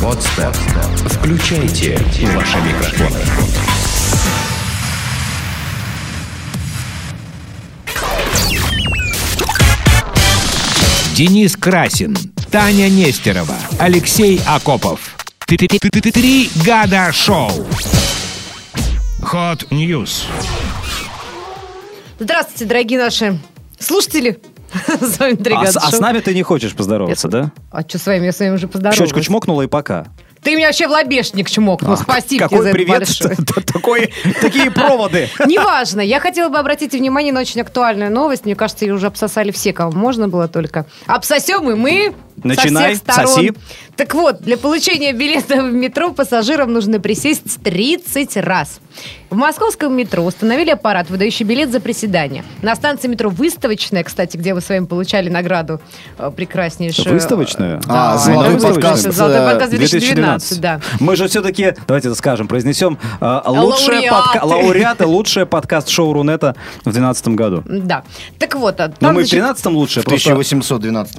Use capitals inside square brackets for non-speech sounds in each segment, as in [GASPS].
Подстер. Включайте ваши микрофоны. Денис Красин, Таня Нестерова, Алексей Акопов. Три года шоу. Ход Ньюс. Здравствуйте, дорогие наши слушатели. [LAUGHS] С вами А, Тригат с- а с нами ты не хочешь поздороваться, да? А что с вами? Я с вами уже поздоровалась. Щечку чмокнула и пока. Ты меня вообще в лобешник чмокнул. А, Ну, Спасибо тебе за Какой это привет, большое. [LAUGHS] т- т- такой- [LAUGHS] такие проводы. Неважно. Я хотела бы обратить внимание на очень актуальную новость. Мне кажется, ее уже обсосали все, кого можно было только. Обсосем и мы Начинай, со всех сторон. соси. Так вот, для получения билета в метро пассажирам нужно присесть 30 раз. В московском метро установили аппарат, выдающий билет за приседание. На станции метро «Выставочная», кстати, где вы с вами получали награду э, прекраснейшую. Выставочную? Да, А, «Золотой это подкаст», выставочная. «Золотой э, подкаст» 2012, да. Мы же все-таки, давайте это скажем, произнесем э, лучшие Лауреаты. подка- лауреаты, лучшие подкаст шоу Рунета в 2012 году. Да. Так вот, а Но там, Ну, мы в значит, 13 лучше, В просто 1812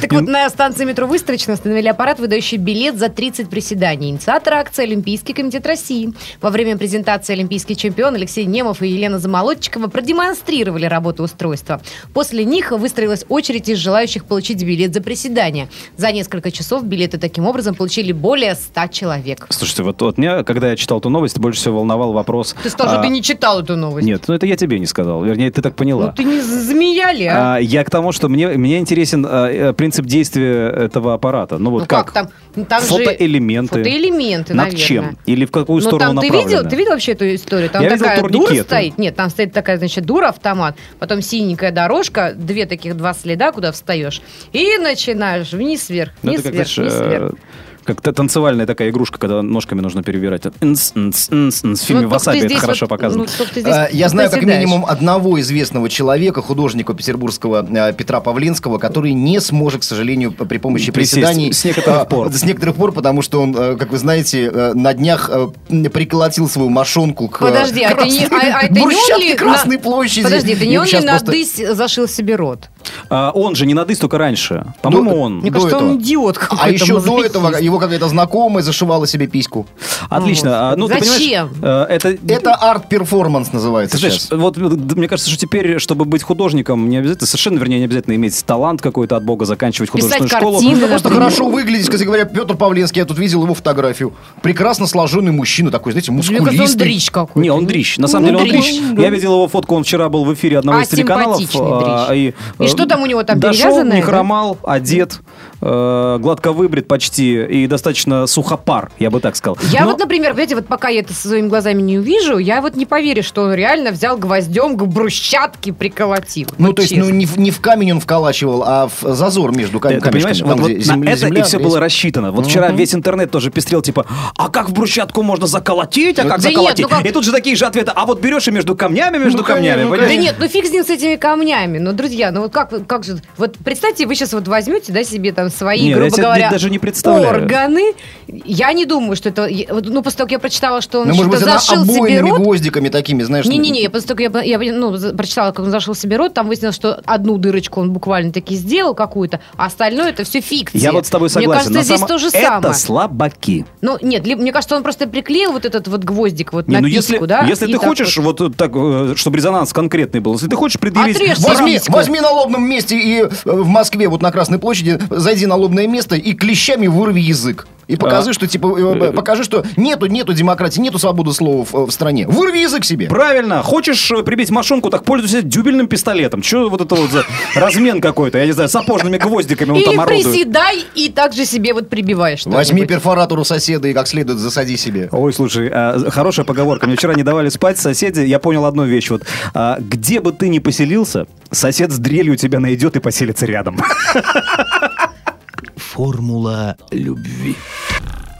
Так вот, на станции метро Выставочно установили аппарат, выдающий билет за 30 приседаний. Инициатор акции Олимпийский комитет России. Во время презентации олимпийский чемпион Алексей Немов и Елена Замолодчикова продемонстрировали работу устройства. После них выстроилась очередь из желающих получить билет за приседания. За несколько часов билеты таким образом получили более 100 человек. Слушайте, вот от меня, когда я читал эту новость, больше всего волновал вопрос... Ты сказал, а, что ты не читал эту новость. Нет, ну это я тебе не сказал, вернее, ты так поняла. Ну ты не з- змея ли, а? А, я к тому, что мне, мне интересен а, э, принцип действия этого аппарата. Ну вот ну как, там? Ну, там же Фотоэлементы. Фотоэлементы, Над наверное. чем? Или в какую Ну, сторону там ты направлены? видел, ты видел вообще эту историю? Там Я видел такая дура турникеты. стоит. Нет, там стоит такая, значит, дура автомат, потом синенькая дорожка, две таких два следа, куда встаешь, и начинаешь вниз вверх, Ну, вниз это как, вверх, знаешь, вниз вверх. э, как та- танцевальная такая игрушка, когда ножками нужно перебирать. Нс, нс, нс, нс. В фильме Ну, только ты «Васаби» это здесь хорошо вот- показано. ну, только ты здесь Э, Я знаю как проседаешь. минимум одного известного человека, художника петербургского э, Петра Павлинского, который не сможет, к сожалению, п- при помощи Присесть приседаний... с некоторых э, пор. С некоторых пор, потому что он, э, как вы знаете, э, на днях э, м, приколотил свою мошонку к... э, Подожди, а это не, а- а это не он брусчатке ли... на- Красной площади. Подожди, это не И он ли сейчас на просто- дысь зашил себе рот? А, он же не на дысь, только раньше. По-моему, Ну, он. Мне До кажется, он этого. идиот А какой-то. еще до мазохист. этого его какая-то знакомая зашивала себе письку. Отлично. А, ну, ты Зачем? понимаешь, э, это... Это арт-перформанс называется Ты знаешь, сейчас. вот д- мне кажется, что теперь, чтобы быть художником, не обязательно, совершенно, вернее, не обязательно иметь талант какой-то от Бога, заканчивать Писать художественную школу. картины, Ну, Просто Например. хорошо выглядит, кстати говоря, Петр Павленский, я тут видел его фотографию. Прекрасно сложенный мужчина такой, знаете, Мне кажется, он мускулистый. дрищ какой-то. Не, он дрищ. На самом Ну, деле он дрищ. дрищ. Я видел его фотку, он вчера был в эфире одного А, из телеканалов. симпатичный а, дрищ. И э, что там у него там, дошел, перевязанное, не да? хромал, одет, э, гладко выбрит почти и достаточно сухопар, я бы так сказал. Я Но- вот, например, понимаете, вот пока я это своими глазами не увижу, я вот не поверю, что он реально взял гвоздем к брусчатке приколотил. Ну, Вот то есть, честно. ну, не в, не в камень он вколачивал, а в зазор между Ты, кам- ты понимаешь, камешками. вот, там, вот где на земля- это и земля, все грязь. было рассчитано. Вот вчера весь интернет тоже пестрел, типа, а как в брусчатку можно заколотить, а как Да нет, заколотить? ну как- И тут же такие же ответы, а вот берешь и между камнями, между Ну, камнями. конечно, ну, понимаешь? Да нет, ну фиг с ним с этими камнями. Ну, друзья, ну вот как, вы- как же... Вот представьте, вы сейчас вот возьмете, да, себе там свои, Нет, я грубо себе говоря, даже не представляю. органы. Я не думаю, что это... я- вот, Ну, после того, как я прочитала, что он Ну, может что-то быть, она зашил себе обойными рот... гвоздиками такими, знаешь. Не-не-не, я просто только я, по- я по- ну, за- прочитала, как он зашил себе рот, там выяснилось, что одну дырочку он буквально таки сделал какую-то, а остальное это все фикция. Я вот с тобой согласен. Мне кажется, На здесь самом- то же Это самое. слабаки. Ну, нет, либо- мне кажется, он просто приклеил вот этот вот гвоздик вот Не, на ну письку, если, да? если и ты так хочешь, вот. вот, э, так, э, чтобы резонанс конкретный был, если ты хочешь предъявить... Отрежь Барам- Возьми, Баранскую. возьми на лобном месте и э, в Москве, вот на Красной площади, зайди на лобное место и клещами вырви язык. И А. покажи, что типа э, э, покажи, что нету, нету демократии, нету свободы слова в, в стране. Вырви язык себе. Правильно, хочешь э, прибить машинку, так пользуйся дюбельным пистолетом. Че вот это вот за [LAUGHS] размен какой-то, я не знаю, сапожными гвоздиками он там Или орудует. приседай и также себе вот прибиваешь что-нибудь. Возьми перфоратор у соседа и как следует засади себе. Ой, слушай, э, хорошая поговорка. Мне вчера не давали спать соседи. Я понял одну вещь. Вот э, где бы ты ни поселился, сосед с дрелью тебя найдет и поселится рядом. Формула любви.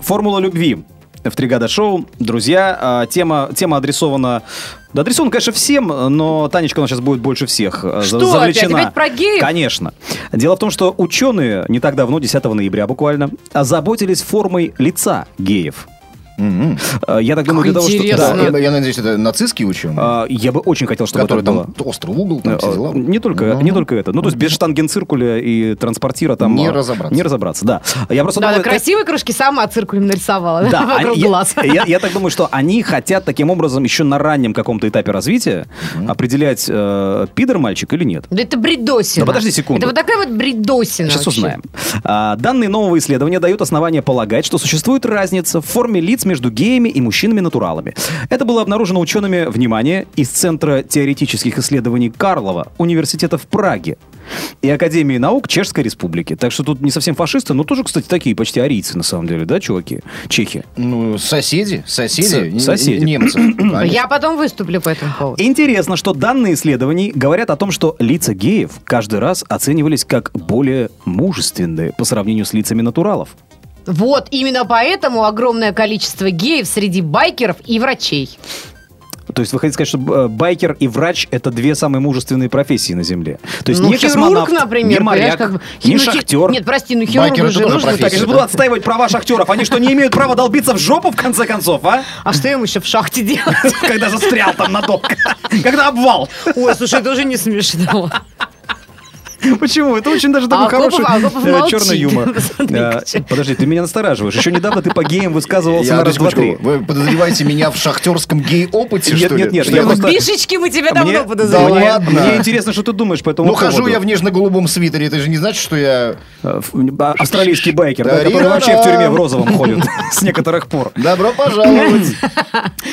Формула любви в три года шоу. Друзья, а, тема, тема адресована... Да, адресована, конечно, всем, но Танечка у нас сейчас будет больше всех э, за- Что завлечена. опять? Опять про геев? Конечно. Дело в том, что ученые не так давно, 10 ноября буквально, озаботились формой лица геев. Мгм. Э, Я так думаю, для того, чтобы... интересно. да, Да, Я надеюсь, это нацистский ученый, я- э, Я бы очень хотел, чтобы это который было. там острый угол, там все Э, дела. Не только, Ну. не только это. Ну, то есть без штангенциркуля и транспортира там... Не э, разобраться. Не разобраться, да. Я просто Да, думаю, это- красивые кружки сама циркулем нарисовала [LAUGHS] Да, а вокруг я- глаз. Я, я так думаю, что они хотят таким образом еще на раннем каком-то этапе развития определять, э, пидор мальчик или нет. Да это бредосина. Да подожди секунду. Это вот такая вот бредосина. Сейчас вообще. узнаем. А, данные нового исследования дают основания полагать, что существует разница в форме лиц между геями и мужчинами-натуралами. Это было обнаружено учеными, внимание, из Центра теоретических исследований Карлова, Университета в Праге и Академии наук Чешской Республики. Так что тут не совсем фашисты, но тоже, кстати, такие почти арийцы, на самом деле, да, чуваки? Чехи. Ну, соседи, С- соседи, не- соседи. [CLEARS THROAT] немцы. конечно. Я потом выступлю по этому поводу. Интересно, что данные исследований говорят о том, что лица геев каждый раз оценивались как более мужественные по сравнению с лицами натуралов. Вот именно поэтому огромное количество геев среди байкеров и врачей. То есть вы хотите сказать, что э, байкер и врач это две самые мужественные профессии на Земле? То есть ну, не хирург, космонавт, например, не понимаешь, моряк, как бы- не Ну, хи- шахтер. Нет, прости, ну хирургу Байкер это же тоже нужно так- так, я же профессия. буду отстаивать права шахтеров. Они что, не имеют права долбиться в жопу, в конце концов, а? А что ему еще в шахте делать? Когда застрял там на док. Когда обвал. [LAUGHS] Ой, слушай, это уже не смешно. Почему? Это очень даже А такой Акопов- хороший Акопов э, молчит. [LAUGHS] черный юмор. Смотри-ка, Э, Подожди, ты меня настораживаешь. Еще недавно ты по геям высказывался Я, на раз, два, секундочку, три. вы подозреваете меня в шахтерском гей-опыте, Нет, что нет, ли? нет, Что я я просто- Пишечки Ну, мы тебя давно Мне- Да подозреваем. ладно. Мне интересно, что ты думаешь по этому Ну, хожу поводу. я в нежно-голубом свитере, это же не значит, что я... Э, ф- а- Австралийский байкер, да, который Тарирам. вообще в тюрьме в розовом [LAUGHS] ходит с некоторых пор. Добро пожаловать!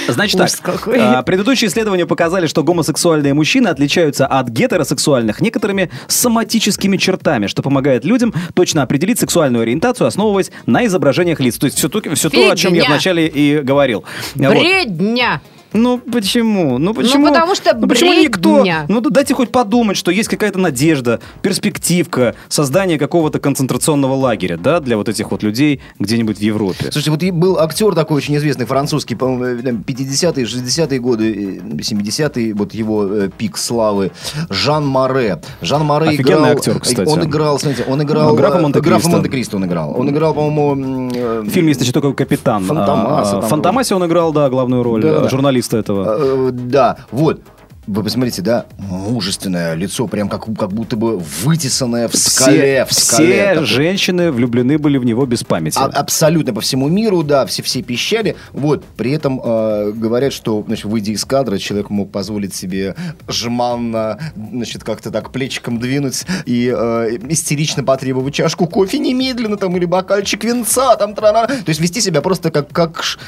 Значит Ужас так, какой. а, предыдущие исследования показали, что гомосексуальные мужчины отличаются от гетеросексуальных некоторыми соматическими чертами, что помогает людям точно определить сексуальную ориентацию, основываясь на изображениях лиц. То есть все то, все то о чем я Фигня. вначале и говорил. А Вот. Бредня. Ну почему? Ну почему? потому что ну, почему бредня. никто? Ну да- дайте хоть подумать, что есть какая-то надежда, перспективка создания какого-то концентрационного лагеря, да, для вот этих вот людей где-нибудь в Европе. Слушайте, вот и был актер такой очень известный, французский, по-моему, э, там, 50-е, 60-е годы, э, 70-е, вот его э, пик славы, Жан Маре. Жан Маре Офигенный играл- э, актер, кстати. Он играл, смотрите, он играл... Ну, графа э, Монте-Кристо. Графа Монте-Кристо он играл. Он играл, по-моему... м, э, В фильме есть еще такой капитан. Фантомаса А, там В Фантомасе он играл, да, главную роль Да, э, да. журналиста этого. Э, Да, вот. Вы посмотрите, да, мужественное лицо, прям как, как будто бы вытесанное в скале. в все скале. Такое. женщины влюблены были в него без памяти. А- абсолютно по всему миру, да, все, все пищали. Вот, при этом э, говорят, что, значит, выйдя из кадра, человек мог позволить себе жеманно, значит, как-то так плечиком двинуть и э, истерично потребовать чашку кофе немедленно, там, или бокальчик винца, там, тра То есть вести себя просто как, как ш-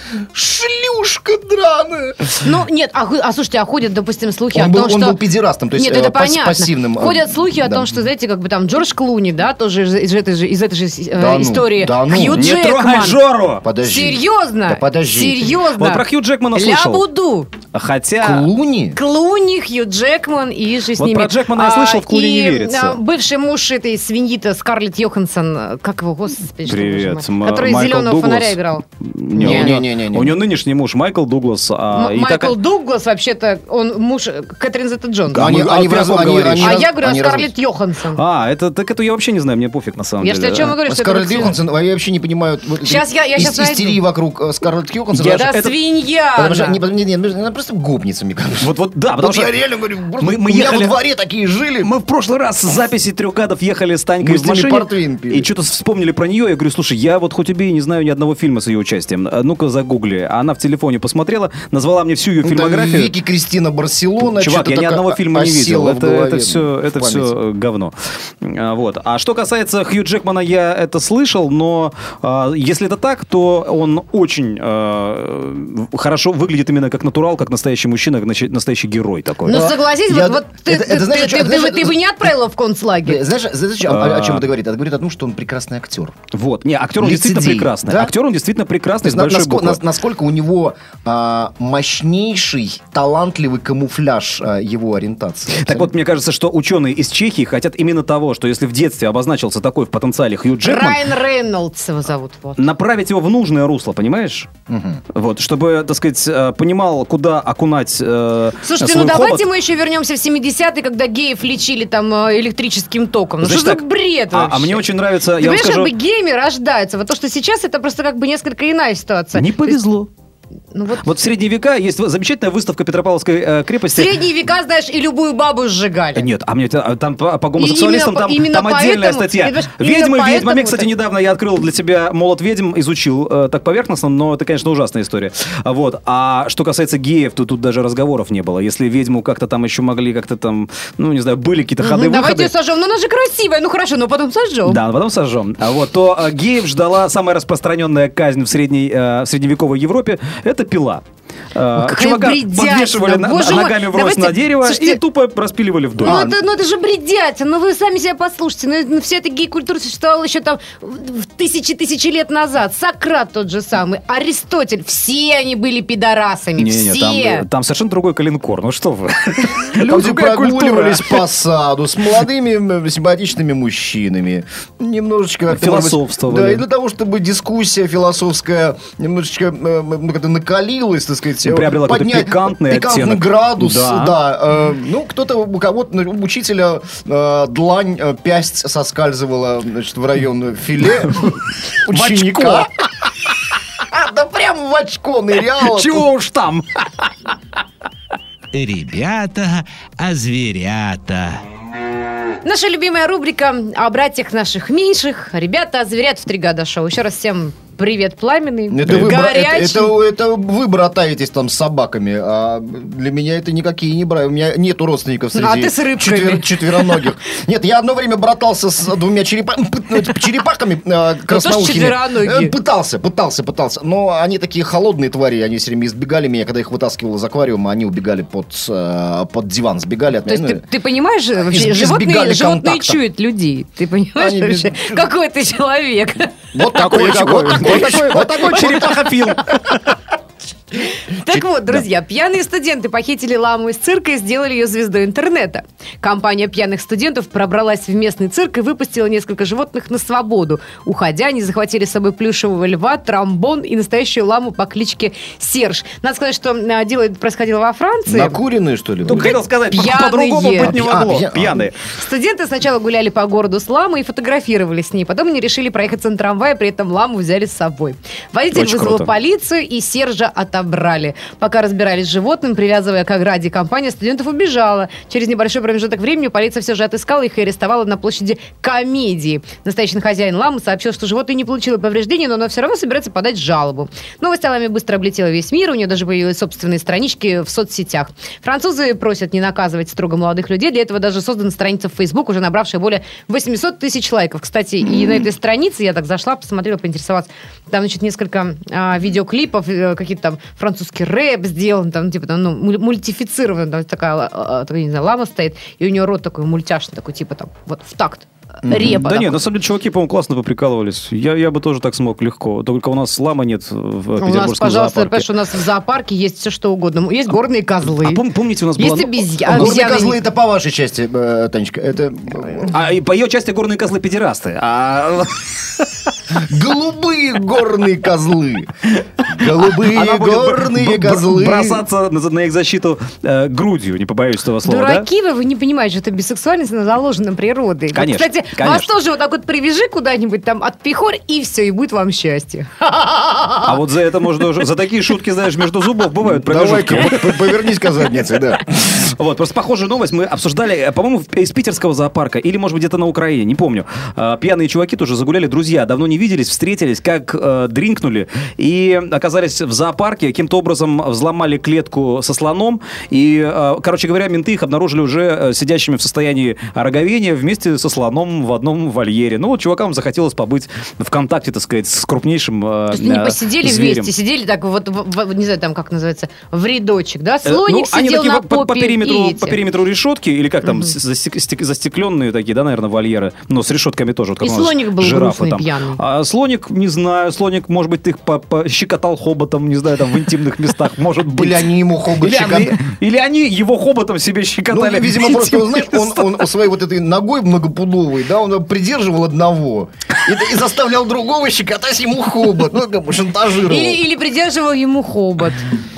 шлюшка драная. Ну, нет, а, ху- а слушайте, а ходят, допустим, слухи Он о был- том, он что... был педерастом, то есть, Нет, э, это пас- понятно. пассивным, э, Ходят слухи о да. том, что, знаете, как бы там Джордж Клуни, да, тоже из, из этой же, из этой же э, Да ну, истории. да ну. Хью Не Не трогай Джекман. Жору! Подожди. Серьезно? Да подожди ты. Серьезно? Вот про Хью Джекмана слышал. Лабуду. Хотя... Клуни? Клуни, Хью Джекман и же с Вот ними. А, про Джекмана я слышал, в Клуни и, не верится. а, бывший муж этой свиньи-то Скарлетт Йоханссон, э, как его, господи, что, Привет, боже мой, Ма- который Майкл «Зеленого Дуглас». фонаря» играл. Не, Не, у него- не, не, не. У него нынешний муж Майкл Дуглас. а, М- и Ну, Майкл такая- Дуглас, вообще-то, он муж э, Кэтрин Зетта-Джонс. Да, Они- мы- а они ты в раз- о ком они- говоришь? они а раз- я говорю о они раз- Скарлетт Йоханссон. А, это, так это я вообще не знаю, мне пофиг на самом я деле. же о чем и говорю, что Скарлетт это Йоханссон, а я вообще не понимаю вот этой Щас я- я ис- щас найду. истерии вокруг э, Скарлетт Йоханссон. Я потому Да же- что- это- свинья! потому что- она. не, потому- не, не, она просто гопница, мне кажется. Вот, вот, да, А потому Вот что... я реально говорю, просто Мы- мы у меня ехали- во дворе такие жили. Мы в прошлый раз с записи трех гадов ехали с Танькой Мы с в ними машине. портвейн пили. И что-то вспомнили про нее. Я говорю, слушай, я вот хоть убей, не знаю ни одного фильма с ее участием. А Ну-ка загугли. А Она в телефоне посмотрела, назвала мне всю ее Ну, там фильмографию. Вики Кристина Барселона. Чувак, что-то я ни такое одного фильма не видел. осело в Это, голове, это все, это в памяти. все говно. А, Вот. А что касается Хью Джекмана, я это слышал, но а, если это так, то он очень а, хорошо выглядит именно как натурал, как настоящий мужчина, как нач- настоящий герой такой. Ну, Да. согласись, Я- вот, вот ты, это- это ты- знаешь, ты- что- ты- это ты- знаешь, ты бы не отправила в концлагерь. Да, Знаешь, знаешь, о чем- о- о чем А. это говорит? Это говорит о том, что он прекрасный актер. Вот. Не, актер он действительно Лицедей, прекрасный. да? Актер он действительно То прекрасный, с есть на- большой наско- буквы. нас- насколько у него а, мощнейший, талантливый камуфляж а, его ориентации. Так вот, мне кажется, что ученые из Чехии хотят именно того, что если в детстве обозначился такой в потенциале Хью Джекман, Райан Рейнольдс его зовут. Вот. направить его в нужное русло, понимаешь? Вот, чтобы, так сказать, э, понимал, куда окунать э, Слушайте, свой ну давайте хобот. мы еще вернемся в 70-е, когда геев лечили там э, электрическим током. Ну Значит что за так, бред А, вообще? а мне очень нравится, Ты я вам понимаешь, скажу, как бы геями рождаются. Вот то, что сейчас, это просто как бы несколько иная ситуация. не То есть, повезло. ну, вот Вот в средние века есть замечательная выставка Петропавловской э, в крепости. средние века, знаешь, и любую бабу сжигали. Нет, а мне те- а там по, по И именно гомосексуалистам по- там, именно там отдельная поэтому- статья. Ты понимаешь, Ведьмы, именно ведьмами. поэтому Кстати, так. недавно я открыл для тебя молот ведьм, изучил э, так поверхностно, но это, конечно, ужасная история. А Вот. А что касается геев, то тут даже разговоров не было. Если ведьму как-то там еще могли как-то там, ну, не знаю, были какие-то Мгм, Давайте ходы-выходы. ее сожжем. Ну она же красивая. Ну хорошо, но потом сожжем. Да, потом сожжем. А вот, то э, геев ждала самая распространенная казнь в, средней, э, в средневековой Европе – это пила. Э, какая Чувака бредятина, подвешивали на- боже мой. ногами врозь Давайте- на дерево и слушайте. тупо распиливали вдоль. Ну, это, ну это же бредятина, ну вы сами себя послушайте, ну, ну, вся эта гей-культура существовала еще там в в тысячи-тысячи лет назад. Сократ тот же самый, Аристотель, все они были пидорасами, Не-не-не, все. там, э, там совершенно другой калинкор. Ну что вы? Люди Там другая культура. прогуливались по саду с молодыми э, симпатичными мужчинами. Немножечко... как-то, может быть, Философствовали. Да, и для того, чтобы дискуссия философская немножечко э, м, ну, как-то накалилась, так сказать. э, Приобрела какой-то пикантный оттенок. градус, Да. да. э, ну, кто-то, у кого-то, ну, у учителя э, длань, э, пясть соскальзывала значит, в район [LAUGHS] филе ученика. [LAUGHS] Да прям в очко ныряла. Чего уж там? Ребята, а зверята. Наша любимая рубрика о братьях наших меньших. Ребята зверят в три года шоу. Еще раз всем привет, пламенный, Это вы, бра- это, горячий. это- это вы братаетесь там с собаками, а для меня это никакие не братья. У меня нету родственников среди Ну, а ты с рыбками. четвероногих. Нет, я одно время братался с двумя черепа- пы- типа, черепахами э, красноухими. четвероногие. Э, Пытался, пытался, пытался. Но они такие холодные твари, они все время избегали меня, когда их вытаскивал из аквариума, они убегали под, э, под диван, сбегали от То меня. есть Ну, ты, ты понимаешь, вообще, избегали животные, животные контакта. чуют людей. Ты понимаешь Они без- вообще, какой ты человек? Ну, Вот такой, вот такой, вот такой, вот такой черепахофил. Так вот, друзья, пьяные студенты похитили ламу из цирка и сделали ее звездой интернета. Компания пьяных студентов пробралась в местный цирк и выпустила несколько животных на свободу. Уходя, они захватили с собой плюшевого льва, тромбон и настоящую ламу по кличке Серж. Надо сказать, что э, дело это происходило во Франции. Накуренные, что ли? Только были? хотел сказать, по- Пьяные. по-другому быть не А, могло. пья- а. Пьяные. Студенты сначала гуляли по городу с ламой и фотографировали с ней. Потом они решили проехаться на трамвае, при этом ламу взяли с собой. Водитель Очень вызвал круто. полицию и Сержа отобрали. Пока разбирались с животным, привязывая к ограде компания студентов убежала. Через небольшой промежуток времени полиция все же отыскала их и арестовала на площади комедии. Настоящий хозяин ламы сообщил, что животное не получило повреждений, но оно все равно собирается подать жалобу. Новость о ламе быстро облетела весь мир, у нее даже появились собственные странички в соцсетях. Французы просят не наказывать строго молодых людей, для этого даже создана страница в Facebook, уже набравшая более 800 тысяч лайков. Кстати, и на этой странице я так зашла, посмотрела, поинтересовалась. Там, значит, несколько а, видеоклипов, э, какие-то там французский рэп сделан, там, типа, там, ну, муль- мультифицирован, там такая, а, а, такая, не знаю, лама стоит, и у нее рот такой мультяшный, такой, типа, там, вот в такт. Репа. Да такой. нет, ну, на самом деле, чуваки, по-моему, классно поприкалывались. Я, я бы тоже так смог легко. Только у нас лама нет в У нас, петербургском пожалуйста, понимаешь, зоопарке. у нас в зоопарке есть все что угодно. Есть горные козлы. А пом- помните, у нас было... Есть обезья- Горные обезьяны. козлы, это по вашей части, э, Танечка. Это э, А и по ее части горные козлы педерасты. А голубые горные козлы. Голубые она будет б- б- горные б- козлы. бросаться на, на их защиту э, грудью, не побоюсь этого слова, да? Дураки вы, вы не понимаете, что это бисексуальность, она заложена природой. Вот, Конечно, кстати, вас конечно. тоже вот так вот привяжи куда-нибудь там от пихор, и все, и будет вам счастье. А вот за это можно уже... За такие шутки, знаешь, между зубов бывают Давай-ка, промежутки. по- повернись-ка задницей, да. Вот, просто похожую новость мы обсуждали, э, по-моему, в- из питерского зоопарка или, может быть, где-то на Украине, не помню. Э, Пьяные чуваки тоже загуляли, друзья, давно не виделись, встретились, как э, дринкнули и оказались в зоопарке, каким-то образом взломали клетку со слоном и, э, короче говоря, менты их обнаружили уже э, сидящими в состоянии роговения вместе со слоном в одном вольере. Ну, вот чувакам захотелось побыть в контакте, так сказать, с крупнейшим э, То есть они э, посидели зверем. вместе, сидели так вот, в- в- не знаю, там как называется, в рядочек, да? Э, ну, Слоник они сидел такие на по- по, по попе периметру, и эти. по периметру решетки, или как там, с- застек- стек- застекленные такие, да, наверное, вольеры, но с решетками тоже. Вот как И у нас слоник был жирафы грустный, там. пьяный. А слоник, не знаю, слоник, может быть, ты их по- по- щекотал хоботом, не знаю, там, в интимных местах, может быть. Или они ему хобот Или они- щекотали. или они его хоботом себе Ну, щекотали. видимо, в просто, он, интимных знаешь, он, местах. он своей вот этой ногой многопудовой, да, он придерживал одного и, и заставлял другого щекотать ему хобот, ну, как бы шантажировал. Или, или придерживал ему хобот.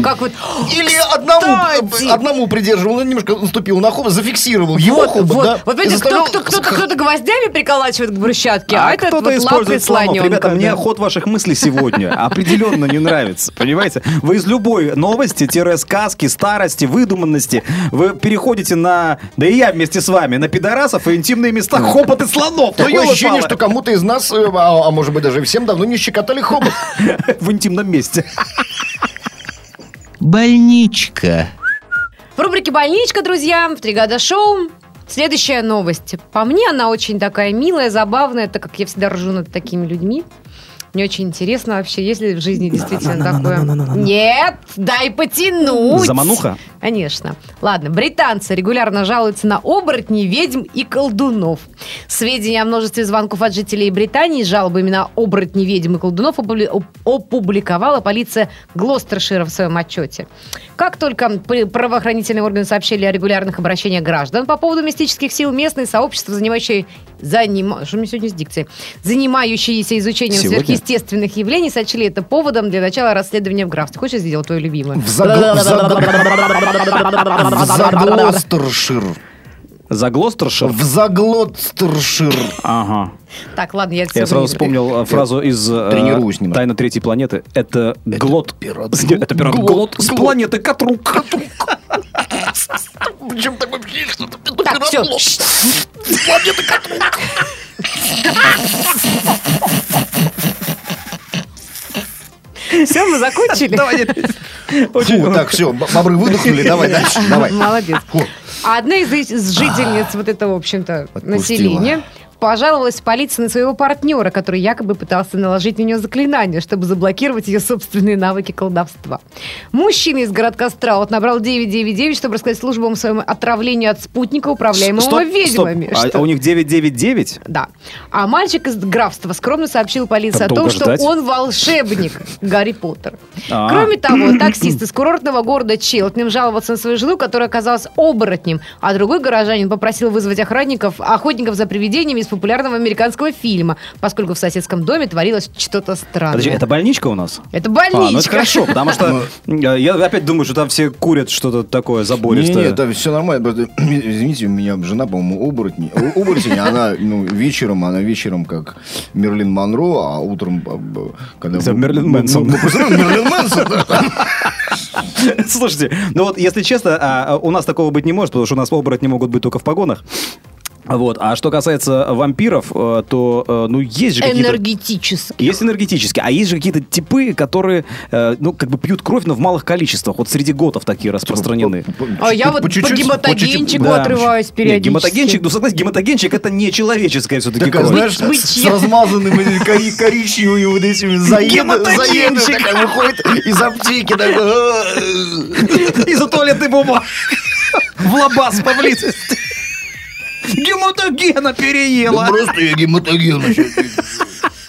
Как вот... [GASPS] Или одному, Кстати! э, одному придерживал, он немножко наступил на хобот, зафиксировал его Вот, хобот, вот, да? вот и понимаете, заставлял- кто, кто, кто, то гвоздями приколачивает к брусчатке, а, этот вот лапкой слонов. слоненка. Ребята, мне да. ход ваших мыслей сегодня определенно не нравится. Понимаете? Вы из любой новости, тире сказки, старости, выдуманности, вы переходите на, да и я вместе с вами, на пидорасов и интимные места хопот и слонов. Ну, Такое ёлы-палы. ощущение, что кому-то из нас, э, а, а может быть даже и всем давно не щекотали хобот. В интимном месте. Больничка. В рубрике «Больничка», друзья, в «Три года шоу». Следующая новость. По мне она очень такая милая, забавная, так как я всегда ржу над такими людьми. Мне очень интересно вообще, есть ли в жизни действительно такое. Нет, дай потянуть. Замануха? Конечно. Ладно, британцы регулярно жалуются на оборотней, ведьм и колдунов. Сведения о множестве звонков от жителей Британии с жалобами на оборотней, ведьм и колдунов опубли- оп- опубликовала полиция Глостершира в своем отчете. Как только пр- правоохранительные органы сообщили о регулярных обращениях граждан по поводу мистических сил, местные сообщества, занимающие... Занима... Что у меня сегодня с дикцией? Занимающиеся изучением Сегодня? сверхъестественных явлений, сочли это поводом для начала расследования в графстве. Хочешь, я сделал твое любимое? В загл- в загл- в заглостершир. За Глостершир? В заглостершир. Ага. Так, ладно, я, Я отсюда сразу не- вспомнил э, фразу из э, Тренируюсь немного. «Тайна третьей планеты». Это глот. пират Нет, Это пират Глот. глот с Глот. планеты Катрук. Почему так вообще? Что-то Так, всё. Планета Катрук. Все, мы закончили? Фу, так, все, бобры выдохнули, давай [LAUGHS] дальше, давай. Молодец. Фу. А одна из из жительниц вот этого, в общем-то, Отпустила. населения пожаловалась в полицию на своего партнера, который якобы пытался наложить на нее заклинание, чтобы заблокировать ее собственные навыки колдовства. Мужчина из городка Страут набрал 999, чтобы рассказать службам о своем отравлении от спутника, управляемого Стоп, стоп. ведьмами. А- Что- А у них 999? Да. А мальчик из графства скромно сообщил полиции Так о том, долго ждать. что он волшебник Гарри Поттер. А. Кроме [CLEARS THROAT] того, таксист из курортного города Челтнем жаловался на свою жену, которая оказалась оборотнем, а другой горожанин попросил вызвать охранников, охотников за привидениями из популярного американского фильма, поскольку в соседском доме творилось что-то странное. Подожди, это больничка у нас? Это А, ну это больничка. хорошо, потому [LAUGHS] что Ну. э, я опять думаю, что там все курят что-то такое Не-не, забористое. да, все нормально. просто, Извините, у меня жена, по-моему, оборотень. О- Оборотень, она ну, вечером, она вечером как Мерлин Монро, а утром, а, б- когда... Это вы- Мерлин ну, Мэнсон. ну, представляешь, Мерлин Мэнсон. да. [LAUGHS] Слушайте, ну вот если честно, а, а, у нас такого быть не может, потому что у нас оборотни могут быть только в погонах. Вот. А что касается вампиров, э, то э, ну есть же какие-то... Энергетически. Есть энергетические, а есть же какие-то типы, которые, э, ну, как бы пьют кровь, но в малых количествах. Вот среди готов такие Типа, распространены. ну, А я вот По по чуть-чуть, по чуть-чуть. гематогенчику Да. отрываюсь Нет, периодически. гематогенчик, ну согласись, гематогенчик это не человеческая все-таки Такая, кровь. а знаешь, Быть- с быть с я. размазанными кори- коричневыми вот этими заедами, заедами Гематогенчик. такая выходит из аптеки. э, такой, «А-а-а». Из-за туалетной бумаги. В лабаз поблизости. Гематогена Да переела. просто я гематоген.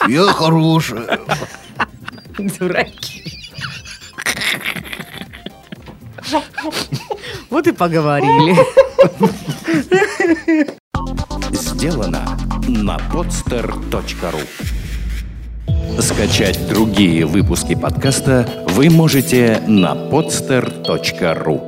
Я хорошая. [LAUGHS] [LAUGHS] Дураки. Вот и поговорили. Сделано на podster.ru Скачать другие выпуски подкаста вы можете на podster.ru